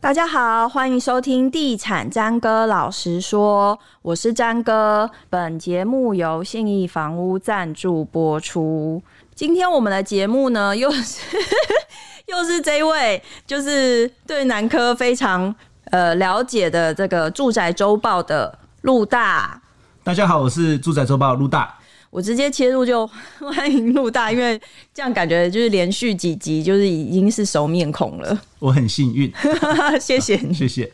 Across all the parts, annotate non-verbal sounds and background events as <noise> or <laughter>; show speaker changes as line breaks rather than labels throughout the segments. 大家好，欢迎收听《地产詹哥老实说》，我是詹哥。本节目由信义房屋赞助播出。今天我们的节目呢，又是 <laughs> 又是这位，就是对南科非常呃了解的这个住宅周报的陆大。
大家好，我是住宅周报陆大。
我直接切入就 <laughs> 欢迎陆大，因为这样感觉就是连续几集就是已经是熟面孔了， <laughs>
我很幸运，
谢谢你。
谢谢。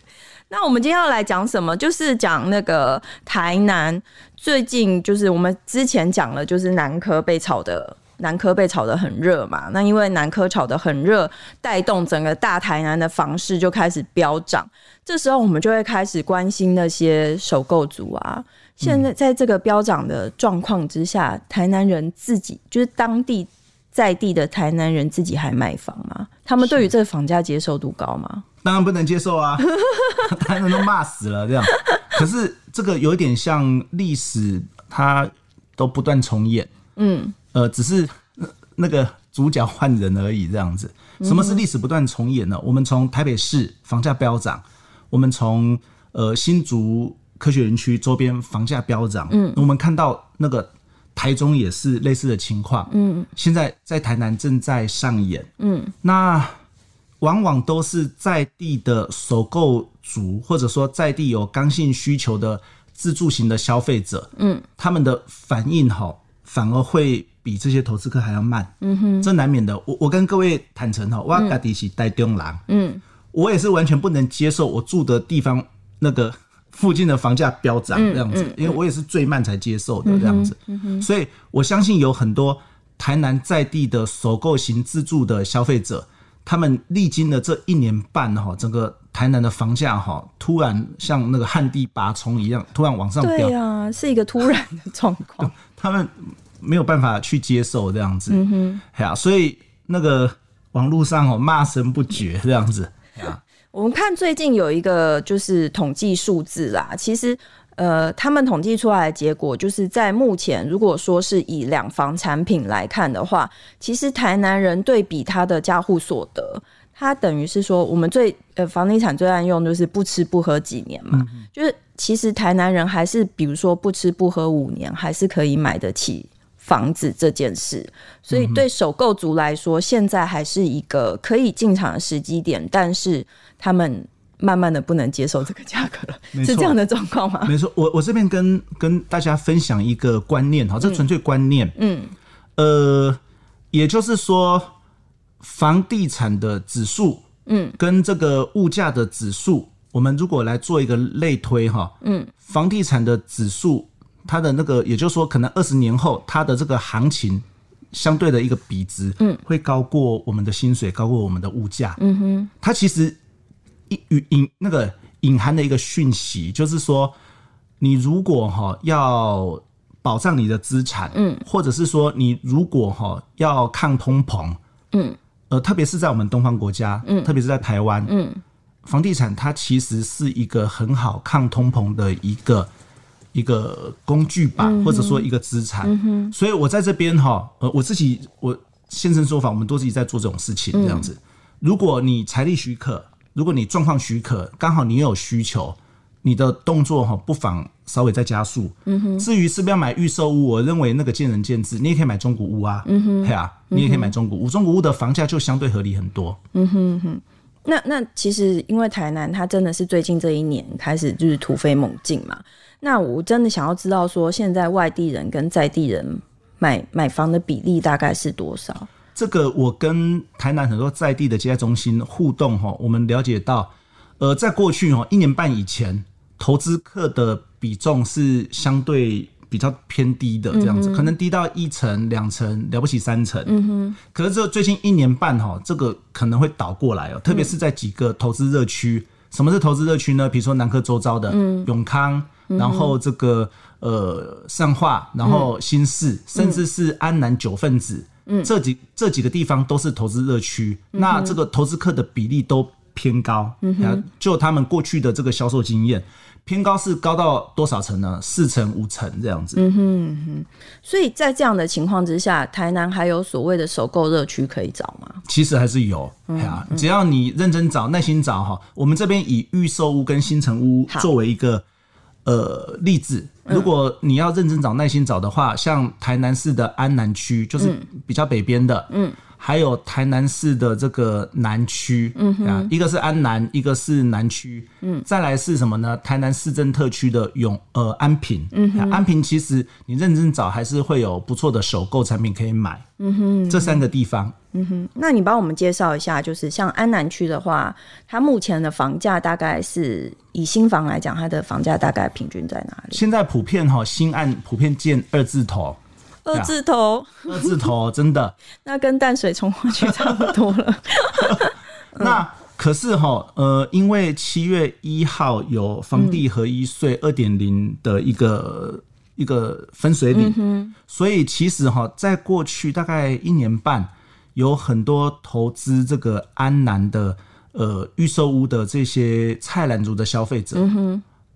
那我们今天要来讲什么？就是讲那个台南最近，就是我们之前讲了，就是南科被炒的。南科被炒得很热嘛，那因为南科炒得很热，带动整个大台南的房市就开始飙涨。这时候我们就会开始关心那些首购族啊。现在在这个飙涨的状况之下，台南人自己就是当地在地的台南人自己还卖房吗？他们对于这个房价接受度高吗？
当然不能接受啊， <laughs> 台南都骂死了这样。可是这个有一点像历史，它都不断重演。嗯，呃，只是呃那个主角换人而已这样子。什么是历史不断重演呢？我们从台北市房价飙涨，我们从呃新竹科学园区周边房价飙涨，嗯，我们看到那个台中也是类似的情况，嗯，现在在台南正在上演，嗯，那往往都是在地的首购族，或者说在地有刚性需求的自住型的消费者，嗯，他们的反应好，反而会比这些投资客还要慢，嗯哼，嗯这难免的。我我跟各位坦诚哈，我家底是带中郎，嗯，我也是完全不能接受我住的地方那个。 <laughs> 附近的房价飙涨这样子，因为我也是最慢才接受的这样子，所以我相信有很多台南在地的首购型自住的消费者，他们历经了这一年半哈，整个台南的房价哈，突然像那个旱地拔葱一样，突然往上飙
对，呀、啊是一个突然的状况。
他们没有办法去接受这样子，嗯哼，哎呀、所以那个网络上哦骂声不绝这样子，
我们看最近有一个就是统计数字啦，其实呃，他们统计出来的结果就是在目前，如果说是以两房产品来看的话，其实台南人对比他的家户所得。他等于是说，我们最呃房地产最爱用就是不吃不喝几年嘛，
嗯
就是其实台南人还是比如说不吃不喝五年，还是可以买得起房子这件事。
嗯
所以对首购族来说，现在还是一个可以进场的时机点，但是他们慢慢的不能接受这个价格了，
没
是
错
这样的状况吗？
没错，我我这边跟跟大家分享一个观念哈，这纯粹观念，嗯，呃，也就是说，房地产的指数，嗯，跟这个物价的指数，我们如果来做一个类推哈，嗯，房地产的指数，它的那个，也就是说，可能二十年后它的这个行情。相对的一个比值，嗯，会高过我们的薪水，高过我们的物价，嗯哼，它其实隐隐隐那个隐含的一个讯息，就是说，你如果哈要保障你的资产，嗯，或者是说你如果哈要抗通膨，嗯，呃，特别是在我们东方国家，嗯，特别是在台湾，嗯，房地产它其实是一个很好抗通膨的一个。一个工具吧，或者说一个资产，所以我在这边哈，呃，我自己我现身说法，我们都自己在做这种事情，这样子。如果你财力许可，如果你状况许可，刚好你也有需求，你的动作哈，不妨稍微再加速。嗯哼。至于是不是要买预售屋，我认为那个见仁见智，你也可以买中古屋啊。嗯哼。对啊，你也可以买中古屋，中古屋的房价就相对合理很多。
那那其实因为台南它真的是最近这一年开始就是突飞猛进嘛，那我真的想要知道说现在外地人跟在地人买买房的比例大概是多少？
这个我跟台南很多在地的接待中心互动哈，我们了解到，呃，在过去哈一年半以前，投资客的比重是相对比较偏低的，这样子，可能低到一成、两成，了不起三成。嗯哼。可是这最近一年半哈，这个可能会倒过来哦，特别是在几个投资热区。什么是投资热区呢？比如说南科周遭的、永康，然后这个呃善化，然后新市，甚至是安南九份子，这几这几个地方都是投资热区。那这个投资客的比例都偏高。嗯就他们过去的这个销售经验，偏高是高到多少层呢？四层、五层这样子。嗯哼
所以在这样的情况之下，台南还有所谓的首购热区可以找吗？
其实还是有，哎呀、只要你认真找、耐心找哈。我们这边以预售屋跟新城屋
好
作为一个呃例子，如果你要认真找、耐心找的话，像台南市的安南区，就是比较北边的，嗯，还有台南市的这个南区，嗯啊，一个是安南，一个是南区，嗯，再来是什么呢？台南市政特区的永呃安平，嗯、安平其实你认真找还是会有不错的首购产品可以买，嗯哼，这三个地方。
那你帮我们介绍一下，就是像安南区的话，它目前的房价大概是以新房来讲，它的房价大概平均在哪里？
现在普遍哈、新案普遍见二字头，
二字头，
二字头真的。
那跟淡水从化区差不多 <laughs> 了。
那可是哈、呃，因为七月一号有房地合一税二点零的一个、一个分水岭，所以其实哈、在过去大概一年半，有很多投资这个安南的呃预售屋的这些菜篮族的消费者。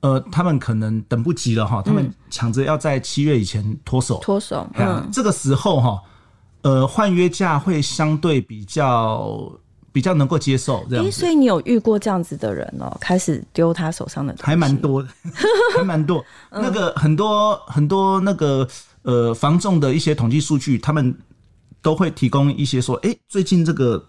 呃，他们可能等不及了哈，他们抢着要在七月以前脱手，
脱手，
哎呀
嗯，
这个时候哈，呃，换约价会相对比较比较能够接受，
诶、
这样子
所以你有遇过这样子的人哦、开始丢他手上的东西，
还蛮多的， <laughs> 还蛮多。那个很多很多那个呃，房仲的一些统计数据，他们都会提供一些说，诶，最近这个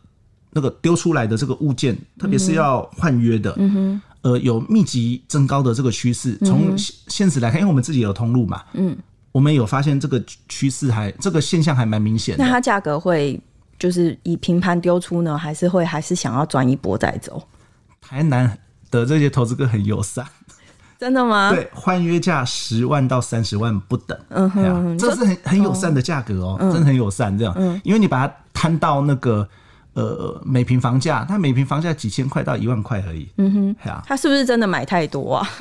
那个丢出来的这个物件，特别是要换约的，嗯哼。呃，有密集增高的这个趋势，从现现实来看，因为我们自己有通路嘛，嗯，我们有发现这个趋势还这个现象还蛮明显的
那。它价格会就是以平盘丢出呢，还是会还是想要赚一波再走？
台南的这些投资客很友善，
真的吗？
对，换约价十万到三十万不等，啊嗯哼，这是很很友善的价格哦，真的很友善这样，因为你把它摊到那个呃每平房价，它每平房价几千块到一万块而已，嗯哼，哎呀、
他是不是真的买太多啊？ <laughs>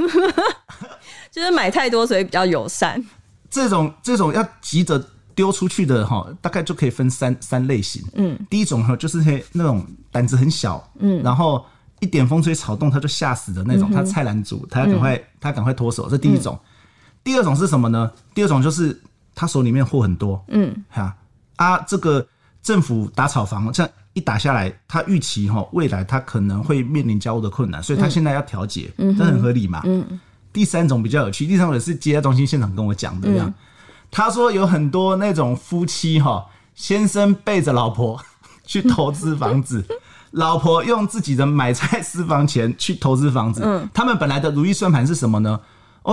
就是买太多，所以比较友善。
这种这种要急着丢出去的哈，大概就可以分三三类型。嗯，第一种哈就是那那种胆子很小，嗯，然后一点风吹草动他就吓死的那种，他菜篮族，他要赶快、他赶快脱手，这第一种。第二种是什么呢？第二种就是他手里面货很多，嗯，哈啊，这个政府打炒房这样一打下来，他预期哈未来他可能会面临交屋的困难，所以他现在要调节，嗯、这很合理嘛，嗯。第三种比较有趣，第三种是接待中心现场跟我讲的这样，
嗯
他说有很多那种夫妻哈，先生背着老婆 <laughs> 去投资房
<laughs>
子，老婆用自己的买菜私房钱去投资房子。
嗯
他们本来的如意算盘是什么呢？哦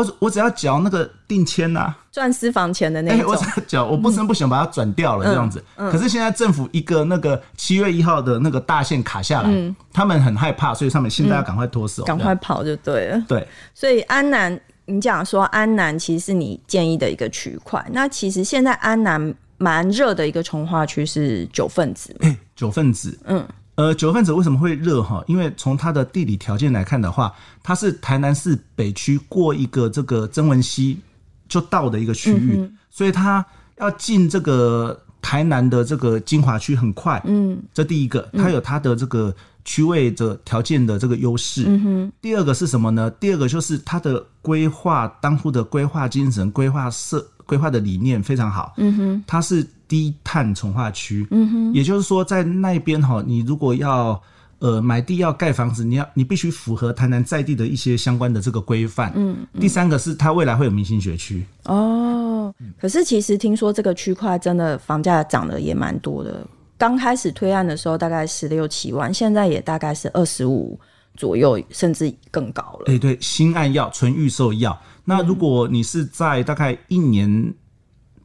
我我只要缴那个定签呐、啊，
赚私房钱的那
哎、
种嗯
我只，要缴，我不声不响把它转掉了这样子。可是现在政府一个那个七月一号的那个大限卡下来，他们很害怕，所以他们现在要赶快脱手，
嗯赶、
这
快
样
跑就对了。
对。
所以安南，你讲说安南其实是你建议的一个区块。那其实现在安南蛮热的一个从化区是九份子嘛，
九分子，嗯，呃，九分子为什么会热哈？因为从它的地理条件来看的话，它是台南市北区过一个这个曾文溪就到的一个区域，所以它要进这个台南的这个金华区很快，嗯，这第一个，它有它的这个区位的条件的这个优势，嗯哼。第二个是什么呢？第二个就是它的规划，当户的规划精神、规划设规划的理念非常好，嗯哼，它是低碳从化区，嗯哼，也就是说在那边哈，你如果要呃买地要盖房子，你要你必须符合台南在地的一些相关的这个规范，嗯，第三个是它未来会有明星学区，
哦，可是其实听说这个区块真的房价涨得也蛮多的。刚开始推案的时候大概十六七万，现在也大概是二十五左右，甚至更高了。
对哎对，新案要纯预售要。那如果你是在大概一年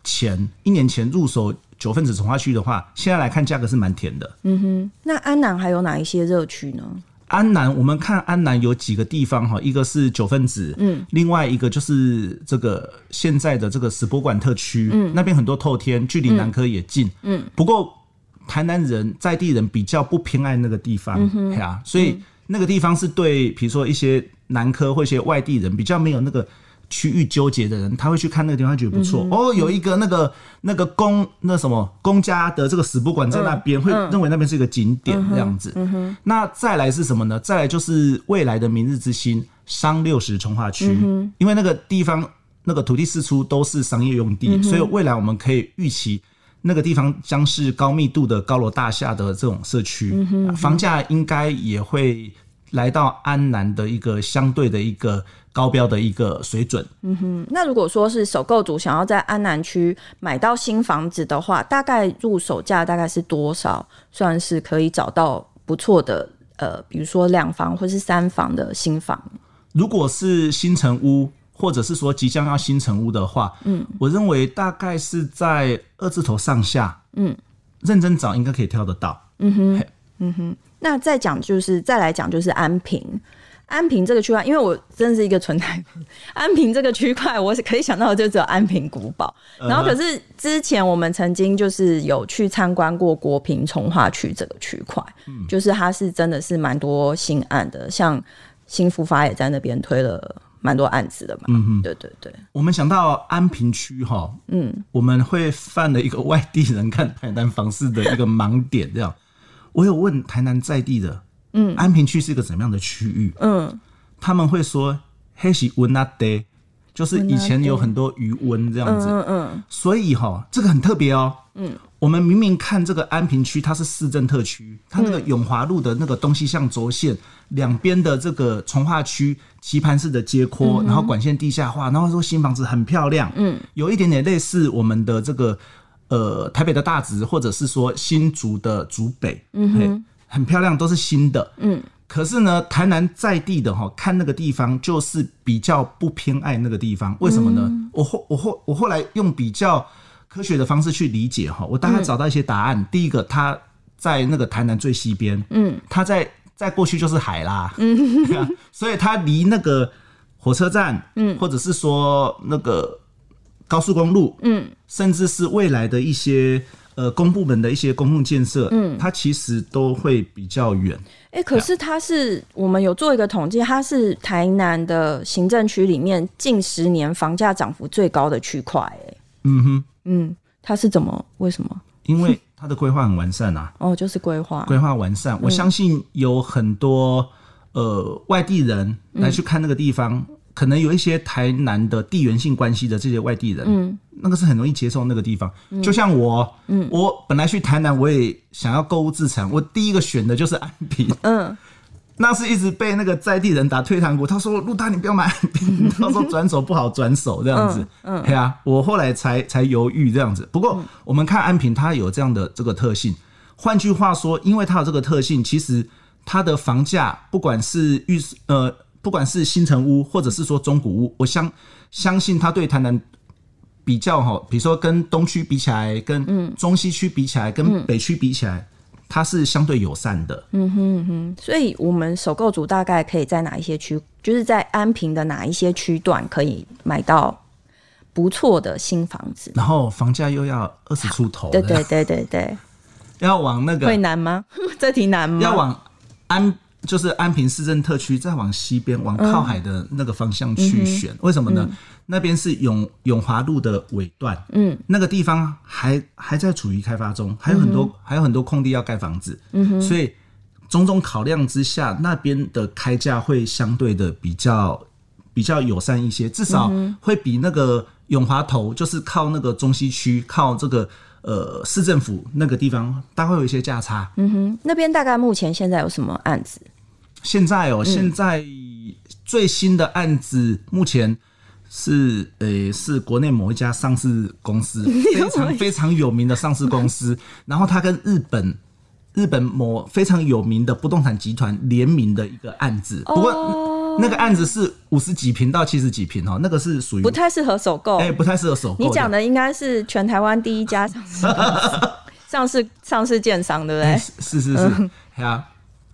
前、一年前入手九分子从化区的话，现在来看价格是蛮甜的。
那安南还有哪一些热区呢？
安南，我们看安南有几个地方哈，一个是九分子，嗯，另外一个就是这个现在的这个石博馆特区，嗯，那边很多透天，距离南科也近，嗯，不过台南人在地人比较不偏爱那个地方，对嗯啊，所以那个地方是对，比如说一些南科或一些外地人比较没有那个区域纠结的人，他会去看那个地方，他觉得不错。哦，有一个那个那个公那什么公家的这个史博馆在那边，会认为那边是一个景点这样子。那再来是什么呢？再来就是未来的明日之星商六十从化区，因为那个地方那个土地四出都是商业用地，所以未来我们可以预期。那个地方将是高密度的高楼大厦的这种社区，房价应该也会来到安南的一个相对的一个高标的一个水准。
嗯那如果说是首购族想要在安南区买到新房子的话，大概入手价大概是多少，算是可以找到不错的呃，比如说两房或是三房的新房？
如果是新城屋，或者是说即将要新城屋的话，嗯，我认为大概是在二字头上下，嗯，认真找应该可以挑得到。
那再讲就是再来讲就是安平，安平这个区块，因为我真的是一个纯台粉，安平这个区块，我是可以想到的就只有安平古堡。然后可是之前我们曾经就是有去参观过国平从化区这个区块，就是它是真的是蛮多新案的，像新复发也在那边推了蛮多案子的嘛。嗯对对对，
我们想到安平区哈，嗯，我们会犯了一个外地人看台南房市的一个盲点，这样。我有问台南在地的，嗯，安平区是一个怎么样的区域？
嗯，
他们会说黑喜温那得，就是以前有很多余温这样子，嗯嗯，所以哈，这个很特别哦，嗯，我们明明看这个安平区，它是市政特区，它那个永华路的那个东西向轴线两边的这个从化区棋盘式的街廓，然后管线地下化，然后说新房子很漂亮，嗯，有一点点类似我们的这个。呃，台北的大直，或者是说新竹的竹北，嗯哼，很漂亮，都是新的，嗯。可是呢，台南在地的哈，看那个地方就是比较不偏爱那个地方，为什么呢？我后我后我后来用比较科学的方式去理解哈，我大概找到一些答案。第一个，它在那个台南最西边，嗯，它在在过去就是海啦，嗯， <laughs> 所以它离那个火车站，嗯，或者是说那个高速公路，嗯，甚至是未来的一些呃公部门的一些公共建设，嗯，它其实都会比较远。
哎、可是它是我们有做一个统计，它是台南的行政区里面近十年房价涨幅最高的区块、哎，
嗯哼，
嗯，它是怎么？为什么？
因为它的规划很完善啊，
哦，就是规划，
规划嗯完善，我相信有很多呃外地人来去看那个地方。可能有一些台南的地缘性关系的这些外地人，嗯，那个是很容易接受那个地方。就像我，嗯，我本来去台南，我也想要购物自产，我第一个选的就是安平，
嗯，
那是一直被那个在地人打退堂鼓。他说：“陆大，你不要买安平，到时候转手不好转手这样子。嗯”对啊，我后来才才犹豫这样子。不过我们看安平，它有这样的这个特性。换句话说，因为它有这个特性，其实它的房价不管是预呃，不管是新城屋或者是说中古屋，我相相信它对台南比较哈，比如说跟东区比起来，跟中西区比起来，跟
嗯
北区比起来，它是相对友善的。
所以我们首购族大概可以在哪一些区，就是在安平的哪一些区段可以买到不错的新房子？
然后房价又要二十出头，
对对，对对对，
要往那
会
个
难吗？ <laughs> 这题难吗？
啊要往安。就是安平市政特区，再往西边，往靠海的那个方向去选。为什么呢？那边是永永华路的尾段，嗯，那个地方还还在处于开发中，还有很多、还有很多空地要盖房子，嗯所以种种考量之下，那边的开价会相对的比较比较友善一些，至少会比那个永华头，就是靠那个中西区，靠这个呃市政府那个地方，它会有一些价差。
那边大概目前现在有什么案子？
现在
嗯
哦，现在最新的案子目前是呃、是国内某一家上市
<laughs>
公司，非常非常有名的上市公司，然后它跟日本。日本某非常有名的不动产集团联名的一个案子，
哦
不过那个案子是五十几平到七十几平哦，那个是属于
不太适合首购。
哎、不太适合首购。
你讲的应该是全台湾第一家上市公
<laughs>
司上市上市建商，对不对？
嗯是是是，哎呀、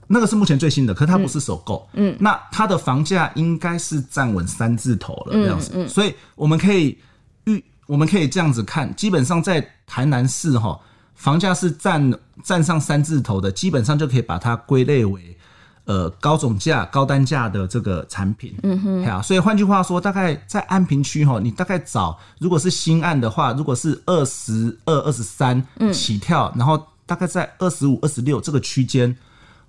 那个是目前最新的，可是它不是首购，嗯，那它的房价应该是站稳三字头了这样子，所以我们可以预，我们可以这样子看，基本上在台南市哈，房价是站站上三字头的，基本上就可以把它归类为呃高总价、高单价的这个产品。嗯哼，啊，所以换句话说，大概在安平区哈，你大概找如果是新案的话，如果是二十二、二十三起跳，然后大概在二十五、二十六这个区间。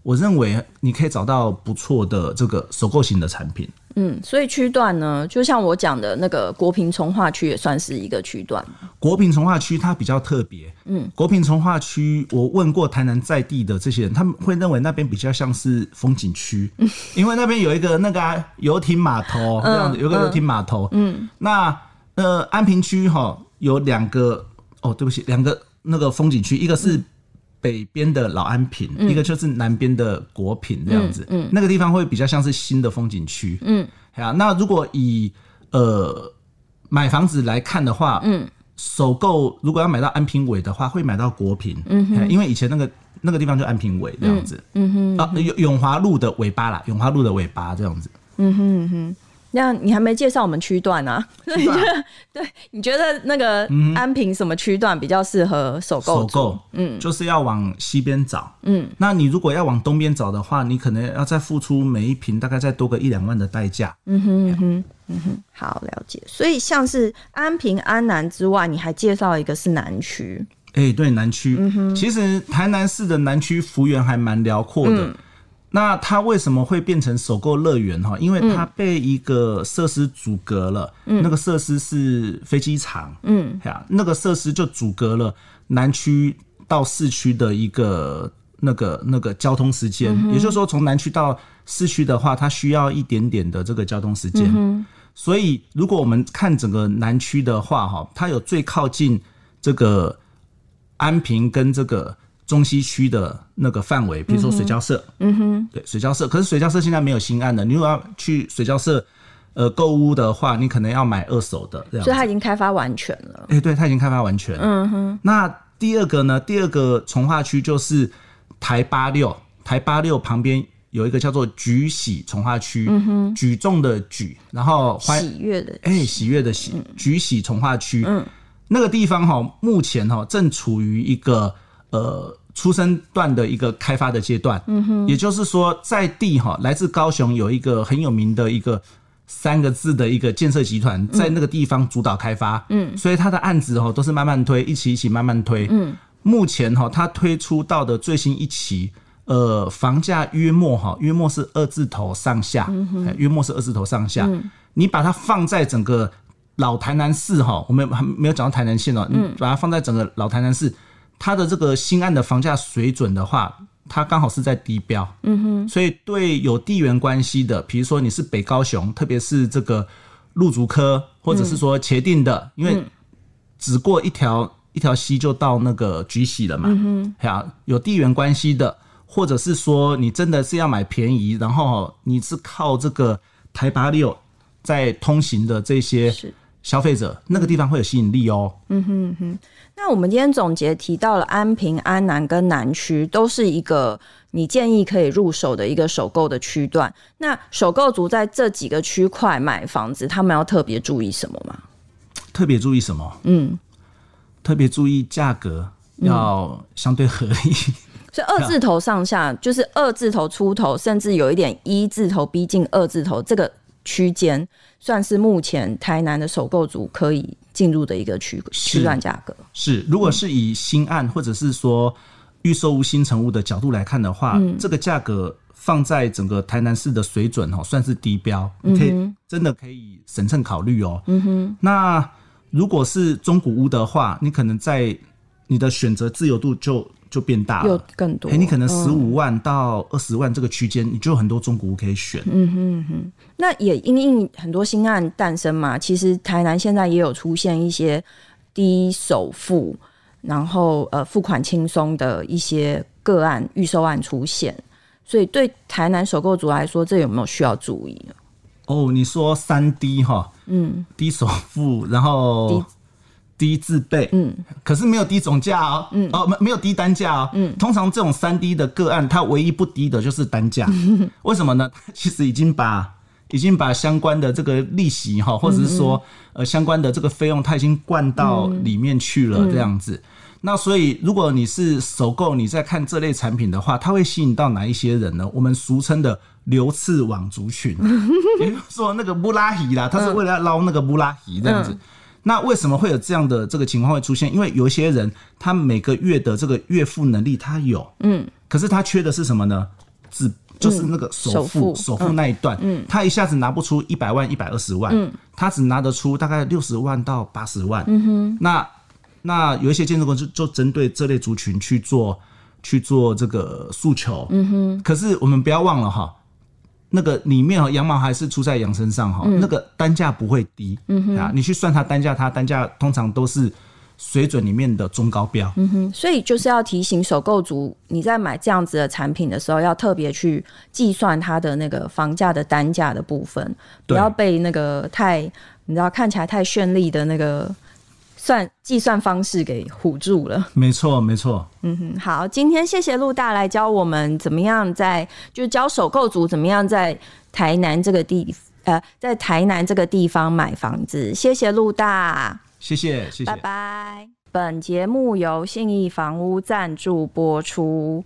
我认为你可以找到不错的这个首购型的产品。
嗯，所以区段呢，就像我讲的那个国平从化区也算是一个区段。
国平从化区它比较特别，嗯，国平从化区我问过台南在地的这些人，他们会认为那边比较像是风景区， <laughs> 因为那边有一个那个、啊、游艇码头，这样子有个游艇码头。嗯，那呃安平区哈有两个哦，对不起，两个那个风景区，一个是。北边的老安平，一个就是南边的国品这样子，嗯嗯，嗯那个地方会比较像是新的风景区，嗯，啊，那如果以呃买房子来看的话，嗯，首购如果要买到安平尾的话，会买到国品，嗯哼，因为以前那个那个地方就安平尾这样子，嗯哼，啊，永永华路的尾巴啦，永华路的尾巴这样子，
嗯哼嗯哼。那你还没介绍我们区段啊？ <laughs> 那
<laughs>
你觉得对？你觉得那个安平什么区段比较适合首购？
嗯首购，嗯，就是要往西边找，嗯。那你如果要往东边找的话，你可能要再付出每一平大概再多个一两万的代价。
嗯哼嗯哼嗯哼，好了解。所以像是安平、安南之外，你还介绍一个是南区。
哎、欸，对，南区，嗯、其实台南市的南区幅员还蛮辽阔的。嗯那它为什么会变成首购乐园哈？因为它被一个设施阻隔了，嗯、那个设施是飞机场，嗯，呀，那个设施就阻隔了南区到市区的一个那个那个交通时间。嗯、也就是说，从南区到市区的话，它需要一点点的这个交通时间。嗯、所以，如果我们看整个南区的话，哈，它有最靠近这个安平跟这个。中西区的那个范围，比如说水交社，嗯哼，对水交社，可是水交社现在没有新案了。你如果要去水交社，呃，购物的话，你可能要买二手的这样。
所以它已经开发完全了。
哎、欸，对，它已经开发完全了。嗯哼。那第二个呢？第二个从化区就是台八六，台八六旁边有一个叫做举喜从化区，嗯哼，举重的举，然后
喜悦的，
哎、欸，喜悦的喜，举喜从化区，嗯，那个地方哈，目前哈正处于一个。呃，出生段的一个开发的阶段，嗯哼，也就是说，在地哈，来自高雄有一个很有名的一个三个字的一个建设集团，在那个地方主导开发，嗯，所以它的案子哈都是慢慢推，一期一期慢慢推，嗯，目前哈它推出到的最新一期，呃，房价约莫哈约莫是二字头上下，嗯、约莫是二字头上下，嗯、你把它放在整个老台南市哈，我们还没有讲到台南县哦，你把它放在整个老台南市。它的这个新案的房价水准的话，它刚好是在低标，嗯哼，所以对有地缘关系的，比如说你是北高雄，特别是这个陆竹科，或者是说茄定的，嗯、因为只过一条一条溪就到那个菊溪了嘛，嗯哼，啊，有地缘关系的，或者是说你真的是要买便宜，然后你是靠这个台八六在通行的这些消费者，那个地方会有吸引力哦，
嗯哼、嗯、哼。那我们今天总结提到了安平、安南跟南区，都是一个你建议可以入手的一个首购的区段。那首购族在这几个区块买房子，他们要特别注意什么吗？
特别注意什么？嗯，特别注意价格要相对合理。
嗯、所以二字头上下，就是二字头出头，甚至有一点一字头逼近二字头这个区间，算是目前台南的首购族可以。进入的一个区区段价格
是，如果是以新案或者是说预售无新成屋的角度来看的话，嗯、这个价格放在整个台南市的水准哦，算是低标，嗯、你可以真的可以审慎考虑哦。嗯哼，那如果是中古屋的话，你可能在你的选择自由度就就变大了，
又更多。
哎、欸，你可能十五万到二十万这个区间，嗯、你就有很多中古屋可以选。
嗯哼、嗯、哼。那也因应很多新案诞生嘛，其实台南现在也有出现一些低首付，然后呃付款轻松的一些个案预售案出现，所以对台南首购族来说，这有没有需要注意呢？
哦，你说三低哈，嗯，低首付，然后低自备，嗯，可是没有低总价哦，嗯，哦没没有低单价哦，嗯，通常这种三低的个案，它唯一不低的就是单 <laughs> 价，嗯、为什么呢？ <laughs> 它其实已经把已经把相关的这个利息嗯哈，或者是说呃相关的这个费用，它已经灌到里面去了，这样子。嗯嗯那所以，如果你是首购，你在看这类产品的话，它会吸引到哪一些人呢？我们俗称的流刺网族群， <laughs> 也就是说那个布拉提啦，他是为了要捞那个布拉提这样子。那为什么会有这样的这个情况会出现？因为有一些人他每个月的这个月付能力他有，嗯，可是他缺的是什么呢？自就是那个
首
首付，
付
首付那一段，嗯，他一下子拿不出一百万、一百二十万，他只拿得出大概六十万到八十万，嗯哼，那那有一些建筑公司就针对这类族群去做去做这个诉求，嗯哼，可是我们不要忘了哈。那个里面哦，羊毛还是出在羊身上哈、那个单价不会低，嗯啊，你去算它单价，它单价通常都是水准里面的中高标，
嗯所以就是要提醒首购族，你在买这样子的产品的时候，要特别去计算它的那个房价的单价的部分，不
对
要被那个太你知道看起来太绚丽的那个算计算方式给唬住了。
没错没错，
嗯好，今天谢谢陆大来教我们怎么样在，就教首购族怎么样在台南这个地呃，在台南这个地方买房子。谢谢陆大，
谢谢谢谢，
拜拜。本节目由信义房屋赞助播出。